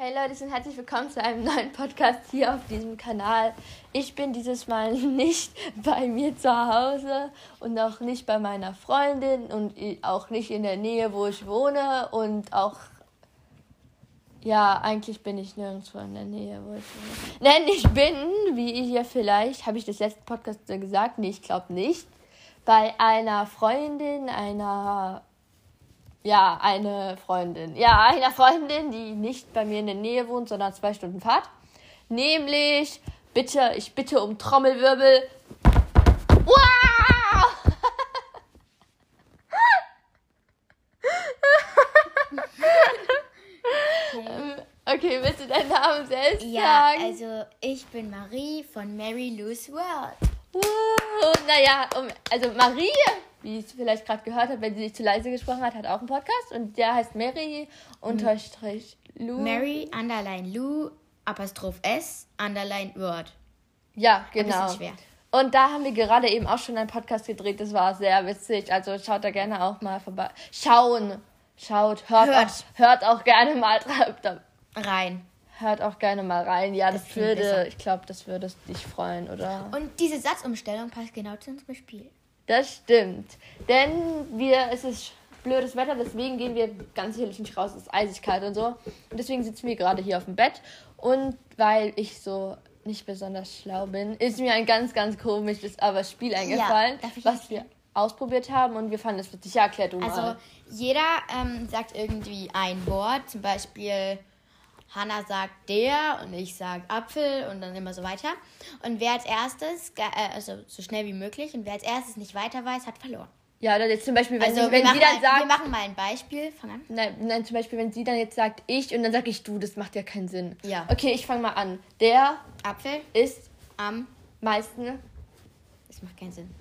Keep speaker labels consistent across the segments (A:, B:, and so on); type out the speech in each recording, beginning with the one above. A: Hey Leute, und herzlich willkommen zu einem neuen Podcast hier auf diesem Kanal. Ich bin dieses Mal nicht bei mir zu Hause und auch nicht bei meiner Freundin und i- auch nicht in der Nähe, wo ich wohne und auch ja, eigentlich bin ich nirgendwo in der Nähe, wo ich wohne. Nein, ich bin, wie ihr hier vielleicht, habe ich das letzte Podcast gesagt? Nee, ich glaube nicht. Bei einer Freundin, einer ja, eine Freundin. Ja, einer Freundin, die nicht bei mir in der Nähe wohnt, sondern zwei Stunden Fahrt. Nämlich, bitte, ich bitte um Trommelwirbel. Wow! Ähm, Okay, willst du deinen Namen selbst
B: Ja,
A: sagen?
B: also ich bin Marie von Mary Lou's World.
A: Wow, naja, um, also Marie, wie ich es vielleicht gerade gehört habe, wenn sie sich zu leise gesprochen hat, hat auch einen Podcast und der heißt Mary unterstrich Lou.
B: Mary underline Lou Apostroph S underline World.
A: Ja,
B: bisschen
A: genau.
B: schwer.
A: Und da haben wir gerade eben auch schon einen Podcast gedreht. Das war sehr witzig. Also schaut da gerne auch mal vorbei. Schauen. Schaut, hört,
B: Hört.
A: Auch, hört auch gerne mal dra-
B: Rein.
A: Hört auch gerne mal rein. Ja, das,
B: Das klingt
A: würde,
B: besser.
A: ich glaube, das würde dich freuen, oder?
B: Und diese Satzumstellung passt genau zu unserem Spiel.
A: Das stimmt. Denn wir, es ist blödes Wetter, deswegen gehen wir ganz sicherlich nicht raus. Es ist eisig kalt und so. Und deswegen sitzen wir gerade hier auf dem Bett. Und weil ich so nicht besonders schlau bin, ist mir ein ganz, ganz komisches aber Spiel eingefallen,
B: darf ich
A: was wir
B: erklären?
A: ausprobiert haben und wir fanden es witzig. Ja, erklär du
B: Also
A: mal.
B: jeder ähm, sagt irgendwie ein Wort. Zum Beispiel Hannah sagt der und ich sag Apfel und dann immer so weiter. Und wer als erstes, ge- äh, also so schnell wie möglich, und wer als erstes nicht weiter weiß, hat verloren.
A: Ja, oder jetzt zum Beispiel, wenn,
B: Also
A: sie,
B: wir,
A: wenn
B: machen
A: sie dann
B: mal, wir
A: sagt,
B: machen mal ein Beispiel. Fang an.
A: nein, nein, zum Beispiel, wenn sie dann jetzt sagt, ich und dann sag ich du, das macht ja keinen Sinn.
B: Ja.
A: Okay, ich fange mal an. Der
B: Apfel
A: ist
B: am
A: meistens,
B: Das macht keinen Sinn.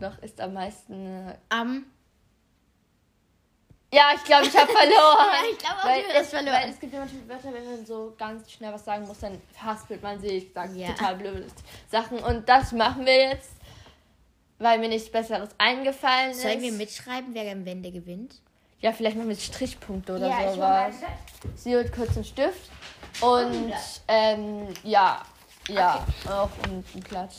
A: noch ist am meisten äh,
B: Am.
A: Ja, ich glaube, ich habe verloren.
B: Ja, ich glaube auch,
A: Weil
B: du hast
A: es-
B: verloren.
A: Weil es gibt ja manche Wörter, wenn man so ganz schnell was sagen muss, dann verhaspelt man sich, sagt
B: Ja.
A: total blöde Sachen. Und das machen wir jetzt, weil mir nichts Besseres eingefallen ist.
B: Sollen wir mitschreiben, wer am Ende gewinnt?
A: Ja, vielleicht machen wir jetzt Strichpunkte oder
B: Ja, ich hol mal
A: sowas. Sie holt kurz einen Stift
B: Oh,
A: und ähm, ja, ja, auch und einen Klatsch.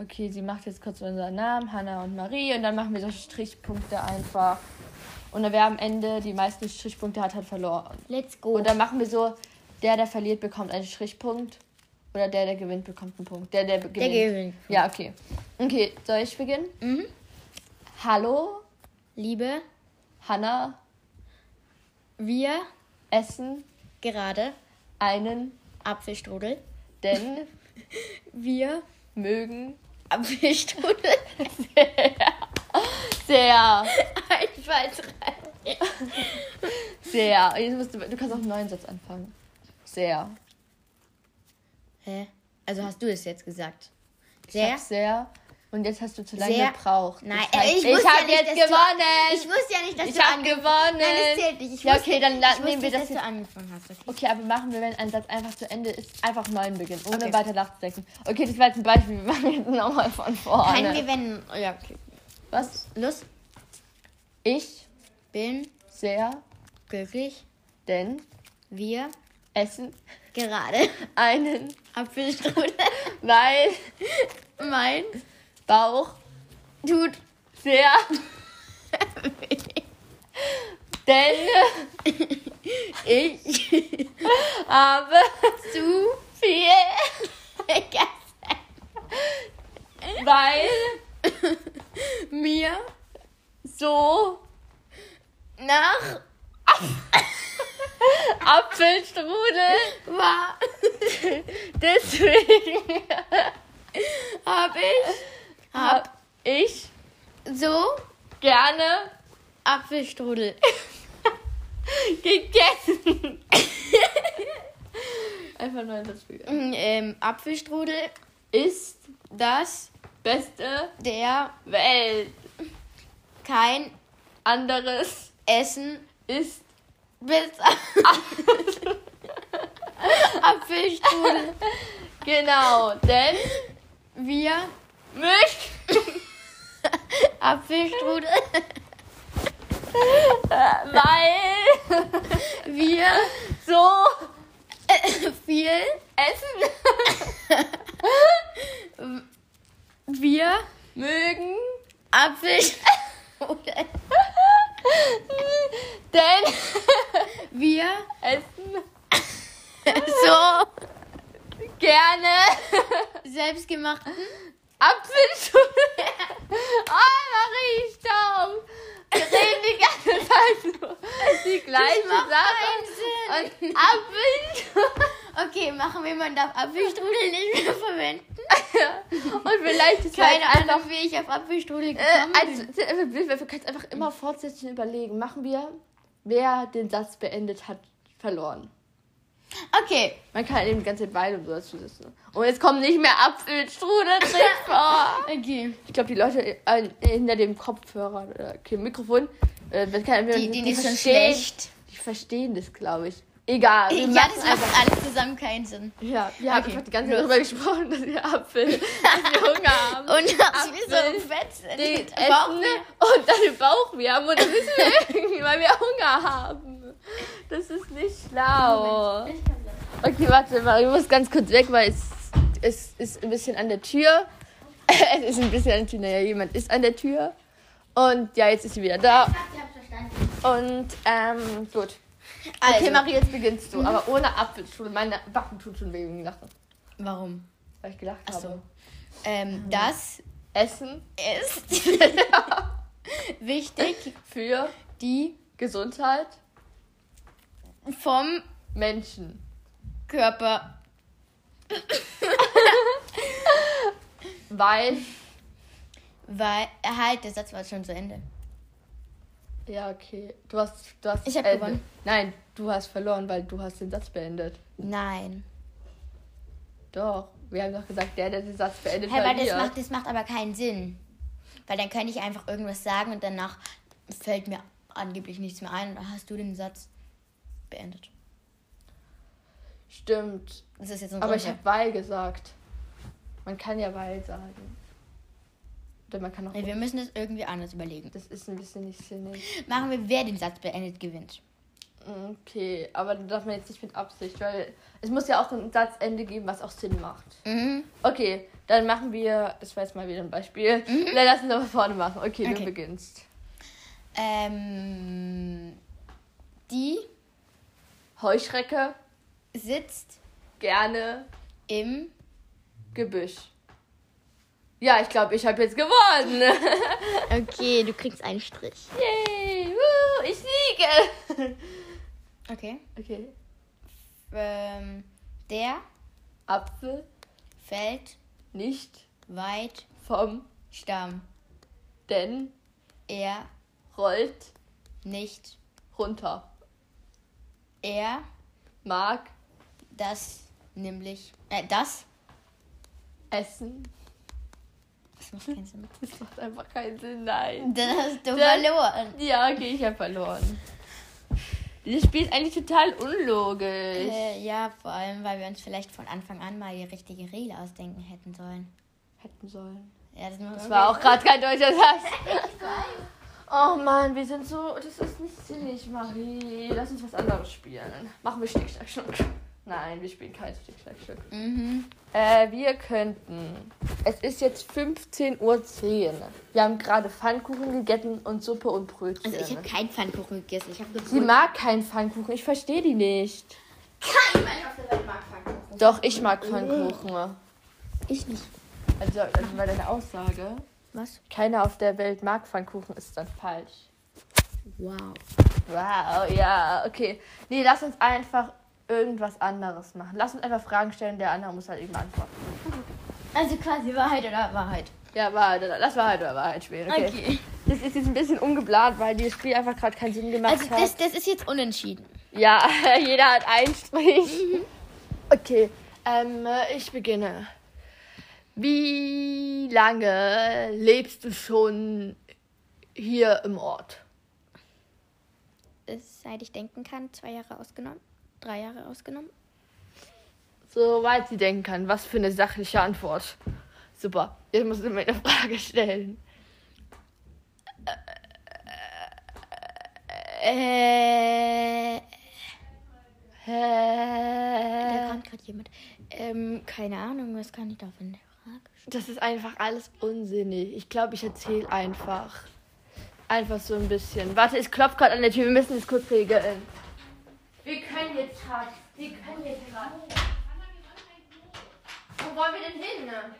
A: Okay, sie macht jetzt kurz unseren Namen, Hannah und Marie, und dann machen wir so Strichpunkte einfach. Und wer am Ende die meisten Strichpunkte hat, hat verloren.
B: Let's go.
A: Und dann machen wir so, der, der verliert, bekommt einen Strichpunkt. Oder der, der gewinnt, bekommt einen Punkt. Der, der gewinnt.
B: gewinnt.
A: Ja, okay. Okay, soll ich beginnen?
B: Mhm.
A: Hallo,
B: Liebe,
A: Hannah,
B: wir
A: essen
B: gerade
A: einen,
B: Apfelstrudel.
A: denn
B: Wir
A: mögen
B: Apfelstrudel.
A: sehr,
B: Ein, zwei, drei.
A: sehr. Jetzt musst du, du kannst auch einen neuen Satz anfangen. Sehr.
B: Hä? Also hast du es jetzt gesagt?
A: Ich
B: Sehr?
A: hab sehr. Und jetzt hast du zu lange
B: Sehr.
A: gebraucht.
B: Nein,
A: Das heißt,
B: äh, ich
A: ich
B: wusste ja
A: habe
B: nicht,
A: jetzt
B: dass du-
A: gewonnen.
B: Ich wusste ja nicht, dass
A: Ich
B: du
A: hab
B: angefangen
A: gewonnen.
B: Nein, das zählt nicht. Ich
A: Ja,
B: wusste,
A: okay, dann la-
B: ich wusste
A: nehmen wir
B: nicht,
A: das
B: dass du
A: jetzt-
B: angefangen hast. Okay.
A: Okay, aber machen wir, wenn ein Satz einfach zu Ende ist, einfach einen neuen Beginn, ohne
B: Okay.
A: weiter nachzudenken. Okay, das war jetzt ein Beispiel. Wir machen jetzt nochmal von vorne.
B: Können wir, wenn. oh Ja, okay.
A: Was?
B: Lust,
A: Ich
B: bin,
A: sehr,
B: glücklich,
A: denn
B: wir
A: essen
B: gerade
A: einen,
B: Apfelstrudel.
A: weil
B: Mein
A: Bauch
B: tut
A: sehr, denn
B: ich
A: habe
B: zu
A: viel, weil
B: mir
A: so
B: nach
A: Apfelstrudel,
B: war
A: deswegen
B: hab ich hab
A: hab ich
B: so
A: gerne
B: Apfelstrudel
A: gegessen. Einfach nur ein Satz für-
B: ähm, Apfelstrudel
A: Ist
B: das
A: beste
B: der
A: Welt.
B: kein
A: Anderes
B: Essen
A: ist
B: bis Apfelstrudel
A: genau, denn
B: wir
A: mich Äh,
B: Apfelstrudel
A: weil wir so
B: Viel.
A: essen
B: Wir.
A: mögen,
B: Apfel. Oder
A: denn
B: wir.
A: essen
B: So.
A: gerne
B: Selbstgemachten.
A: Apfelschule. Oh, Marie, stopp. Wir reden die ganze Zeit nur die gleiche
B: macht keinen
A: Sache. Und Apfelschule.
B: Okay, machen wir mal darf Apfelstrudel nicht mehr verwenden.
A: Und vielleicht ist
B: Keine
A: halt
B: Ahnung, wie ich auf Apfelstrudel gekommen
A: Äh,
B: bin.
A: also, sind einfach blöd, weil wir können es einfach immer fortsetzen und überlegen. Machen wir, wer den Satz beendet hat, verloren.
B: Okay.
A: Man kann eben die ganze Zeit beide so dazu sitzen. Und jetzt kommen nicht mehr Apfelstrudel drin vor.
B: Okay.
A: Ich glaube, die Leute äh, hinter dem Kopfhörer oder okay, Mikrofon, äh, das kann,
B: Die, die, ist schon
A: verstehen,
B: schlecht.
A: die verstehen das, glaube ich. Egal. wir
B: Ja,
A: machen's
B: das macht alles zusammen keinen Sinn.
A: Ja, wir haben
B: Okay,
A: einfach die ganze Zeit darüber gesprochen, dass wir Apfel, dass wir Hunger haben.
B: Und dass wir
A: Apfel,
B: so fett
A: den
B: sind.
A: essen und dann den Bauch wir haben und das wissen wir irgendwie, weil wir Hunger haben. Das ist nicht schlau. Okay, warte mal, ich muss ganz kurz weg, weil es, es ist ein bisschen an der Tür. Es ist ein bisschen an der Tür, naja, jemand ist an der Tür. Und ja, jetzt ist sie wieder da. Und ähm, gut.
B: Also,
A: Okay, Marie, jetzt beginnst du. Aber ohne Apfelschule. Meine Backen tut schon weh wegen Lachen,
B: warum?
A: weil ich gelacht
B: Ach so.
A: habe.
B: Ähm, das
A: Essen
B: ist wichtig,
A: für
B: die
A: Gesundheit
B: vom
A: Menschen.
B: Körper.
A: Weil.
B: Weil, halt, der Satz war schon zu Ende.
A: Ja, okay. Du hast. Du hast
B: Ich hab
A: äh,
B: gewonnen.
A: Nein, du hast verloren, weil du hast den Satz beendet.
B: Nein.
A: Doch. Wir haben doch gesagt, der, der den Satz beendet,
B: Hey, weil das
A: verliert.
B: macht, das macht aber keinen Sinn. Weil dann könnte ich einfach irgendwas sagen und danach fällt mir angeblich nichts mehr ein und dann hast du den Satz beendet.
A: Stimmt.
B: Das ist jetzt unsere
A: Aber ich
B: Runde.
A: habe weil gesagt. Man kann ja weil sagen. Oder man kann auch.
B: Nee, wir müssen das irgendwie anders überlegen.
A: Das ist ein bisschen nicht sinnig.
B: Machen wir, wer den Satz beendet, gewinnt.
A: Okay, aber das darf man jetzt nicht mit Absicht, weil es muss ja auch ein Satzende geben, was auch Sinn macht.
B: Mhm.
A: Okay, dann machen wir. Das war jetzt mal wieder ein Beispiel. Nein, lass uns aber vorne machen. Okay,
B: Mhm. Okay.
A: du beginnst.
B: Ähm, die
A: Heuschrecke,
B: sitzt
A: gerne
B: im.
A: Gebüsch. Ja, ich glaube, ich habe jetzt gewonnen.
B: Okay, du kriegst einen Strich.
A: Yay, wuhu, ich siege.
B: Okay.
A: Okay,
B: Ähm, der
A: Apfel
B: fällt
A: nicht
B: weit
A: vom
B: Stamm.
A: denn
B: Er
A: rollt
B: nicht.
A: runter.
B: Er
A: Mag
B: das nämlich. Äh, das.
A: essen.
B: Das macht keinen Sinn.
A: Das macht einfach keinen Sinn, nein.
B: Dann hast du
A: Das-
B: verloren.
A: Ja, okay, ich habe verloren. Dieses Spiel ist eigentlich total unlogisch.
B: Äh, ja, vor allem, weil wir uns vielleicht von Anfang an mal die richtige Regel ausdenken hätten sollen.
A: Hätten sollen.
B: Ja, das, machen
A: Das
B: wir
A: war
B: jetzt.
A: auch gerade kein deutscher Satz. Oh Mann, wir sind so. Das ist nicht sinnig, Marie. Lass uns was anderes spielen. Machen wir Schnick, Schnack, Schnuck. Nein, wir spielen kein Schnick, Schnack, Schnuck.
B: Mhm.
A: Äh, wir könnten. Es ist jetzt 15.10 Uhr. Wir haben gerade Pfannkuchen gegessen und Suppe und Brötchen.
B: Also, ich habe keinen Pfannkuchen gegessen. Ich habe
A: Sie mag keinen Pfannkuchen. Ich verstehe die nicht.
B: Kein Mensch auf der Welt mag Pfannkuchen.
A: Doch, ich mag Pfannkuchen.
B: Ich nicht.
A: Also, das war deine Aussage.
B: Was?
A: Keiner auf der Welt mag Pfannkuchen, ist dann falsch.
B: Wow.
A: Wow, ja, okay. Nee, lass uns einfach irgendwas anderes machen. Lass uns einfach Fragen stellen, der andere muss halt eben antworten.
B: Also quasi Wahrheit oder Wahrheit?
A: Ja, war halt, das war halt, war halt schwer. Okay. Das ist jetzt ein bisschen ungeplant, weil dieses Spiel einfach gerade keinen Sinn gemacht
B: Also
A: hat.
B: das, das ist jetzt unentschieden.
A: Ja, jeder hat einen Strich. Okay, ähm, ich beginne. Wie lange lebst du schon hier im Ort?
B: Ist, seit ich denken kann, zwei Jahre ausgenommen. Drei Jahre ausgenommen.
A: Soweit sie denken kann. Was für eine sachliche Antwort. Super. Jetzt musst du mir eine Frage stellen.
B: Äh, Da
A: Äh,
B: kommt gerade jemand. Ähm, keine Ahnung, was kann ich da von der Frage?
A: das ist einfach alles unsinnig. Ich glaube, ich erzähle einfach. Einfach so ein bisschen. Warte, es klopft gerade an der Tür. Wir müssen es kurz regeln. Wir können jetzt hart. Wir können jetzt hart. Wo wollen wir denn hin? ne?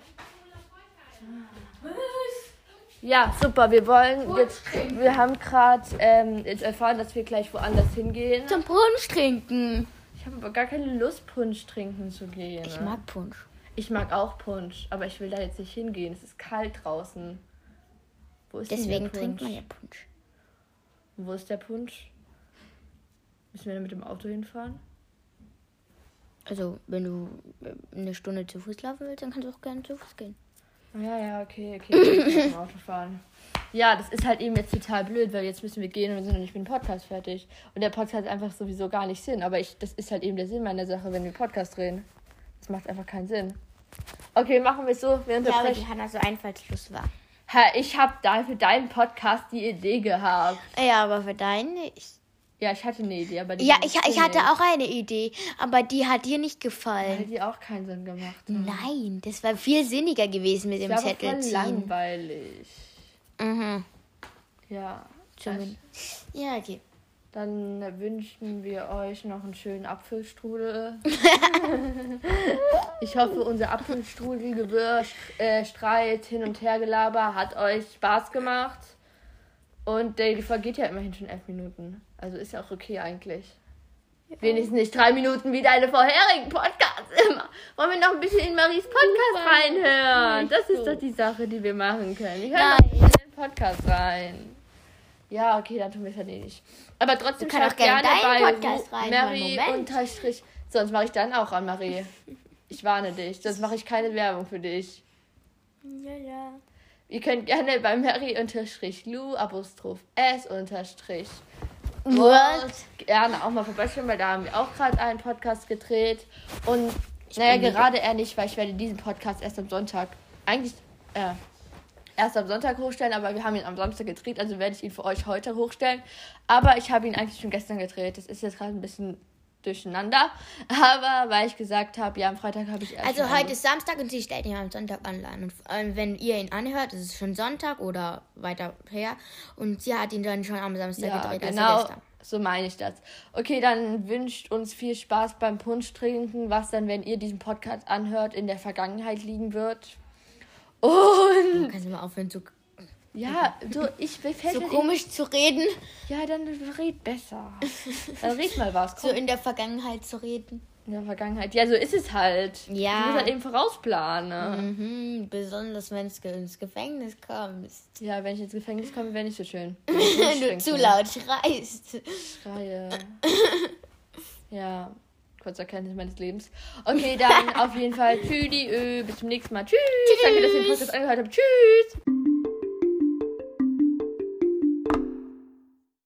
A: Ja, super. Wir wollen jetzt. Wir haben gerade ähm, jetzt erfahren, dass wir gleich woanders hingehen.
B: Zum Punsch trinken.
A: Ich habe aber gar keine Lust, Punsch trinken zu gehen. ne?
B: Ich mag Punsch.
A: Ich mag auch Punsch, aber ich will da jetzt nicht hingehen. Es ist kalt draußen. Wo ist denn
B: Deswegen
A: der
B: trinkt
A: Punsch?
B: man ja Punsch.
A: Wo ist der Punsch? Müssen wir da mit dem Auto hinfahren?
B: Also, wenn du äh, eine Stunde zu Fuß laufen willst, dann kannst du auch gerne zu Fuß gehen.
A: Ah, Ja, ja, okay, okay. Ich muss mit dem Auto fahren. Ja, das ist halt eben jetzt total blöd, weil jetzt müssen wir gehen und wir sind noch nicht mit dem Podcast fertig. Und der Podcast hat einfach sowieso gar nicht Sinn. Aber ich, das ist halt eben der Sinn meiner Sache, wenn wir Podcast drehen. Das macht einfach keinen Sinn. Okay, machen wir es so. Wir
B: Ja, weil
A: unterbrechen.
B: die Hanna so einfallslos war.
A: Ha, ich habe da für deinen Podcast die Idee gehabt.
B: Äh, Ja, aber für deinen nicht.
A: Ja, ich hatte eine Idee, aber die
B: Ja,
A: hat
B: ich,
A: nicht
B: ich hatte
A: Sinn,
B: auch eine Idee, aber die hat dir nicht
A: Weil
B: gefallen.
A: die auch keinen Sinn gemacht hat.
B: Nein, das war viel sinniger gewesen mit dem
A: war aber
B: Zettel
A: voll
B: ziehen.
A: langweilig.
B: Mhm.
A: Ja. Also
B: Zumindest. Ja, okay.
A: Dann wünschen wir euch noch einen schönen Apfelstrudel. ich hoffe, unser Apfelstrudelgewirr, äh, Streit, Hin- und Hergelaber hat euch Spaß gemacht. Und der die vergeht ja immerhin schon elf Minuten. Also ist ja auch okay eigentlich. Wenigstens nicht drei Minuten wie deine vorherigen Podcasts immer. Wollen wir noch ein bisschen in Maries Podcast reinhören? Das ist doch die Sache, die wir machen können. Ich höre mal
B: Nein.
A: in den Podcast rein. Ja, okay, dann tun wir es halt eh nicht. Aber trotzdem
B: Wir können
A: schaut
B: auch gerne deinen
A: bei
B: Podcast
A: Ru-
B: reinhören.
A: Marie
B: Moment.
A: unterstrich. Sonst mache ich dann auch an Marie. Ich warne dich, sonst mache ich keine Werbung für dich.
B: Ja, ja.
A: Ihr könnt gerne bei Mary unterstrich Lu apostroph S unterstrich World gerne auch mal vorbeischauen, weil da haben wir auch gerade einen Podcast gedreht. Und naja,
B: bin
A: gerade eher nicht, weil ich werde diesen Podcast erst am Sonntag, eigentlich äh, erst am Sonntag hochstellen, aber wir haben ihn am Samstag gedreht, also werde ich ihn für euch heute hochstellen. Aber ich habe ihn eigentlich schon gestern gedreht. Das ist jetzt gerade ein bisschen durcheinander. Aber weil ich gesagt habe, ja, am Freitag habe ich erst
B: Also
A: einen
B: heute ist Samstag und sie stellt ihn am Sonntag online. Und ähm, wenn ihr ihn anhört, ist es schon Sonntag oder weiter her. Und sie hat ihn dann schon am Samstag gedreht, also gestern.
A: genau. so meine ich das. Okay, dann wünscht uns viel Spaß beim Punsch trinken, was dann, wenn ihr diesen Podcast anhört, in der Vergangenheit liegen wird. Und
B: Du kannst mal aufhören, so,
A: ja, so ich mir fällt
B: so
A: mir
B: komisch zu reden,
A: Ja, dann red besser. Dann red mal was.
B: so
A: Komm.
B: in der Vergangenheit zu reden.
A: In der Vergangenheit. Ja, so ist es halt.
B: Ja.
A: Du musst halt eben vorausplanen.
B: Mhm, besonders wenn es ins Gefängnis kommst.
A: Ja, wenn ich ins Gefängnis komme, wäre nicht so schön.
B: Wenn du zu laut schreist.
A: Reihe. ja, kurzer Erkenntnis meines Lebens. Okay, dann auf jeden Fall tüdi, ö, bis zum nächsten Mal. Tschüss. Danke, dass ihr den Podcast angehört habt. Tschüss.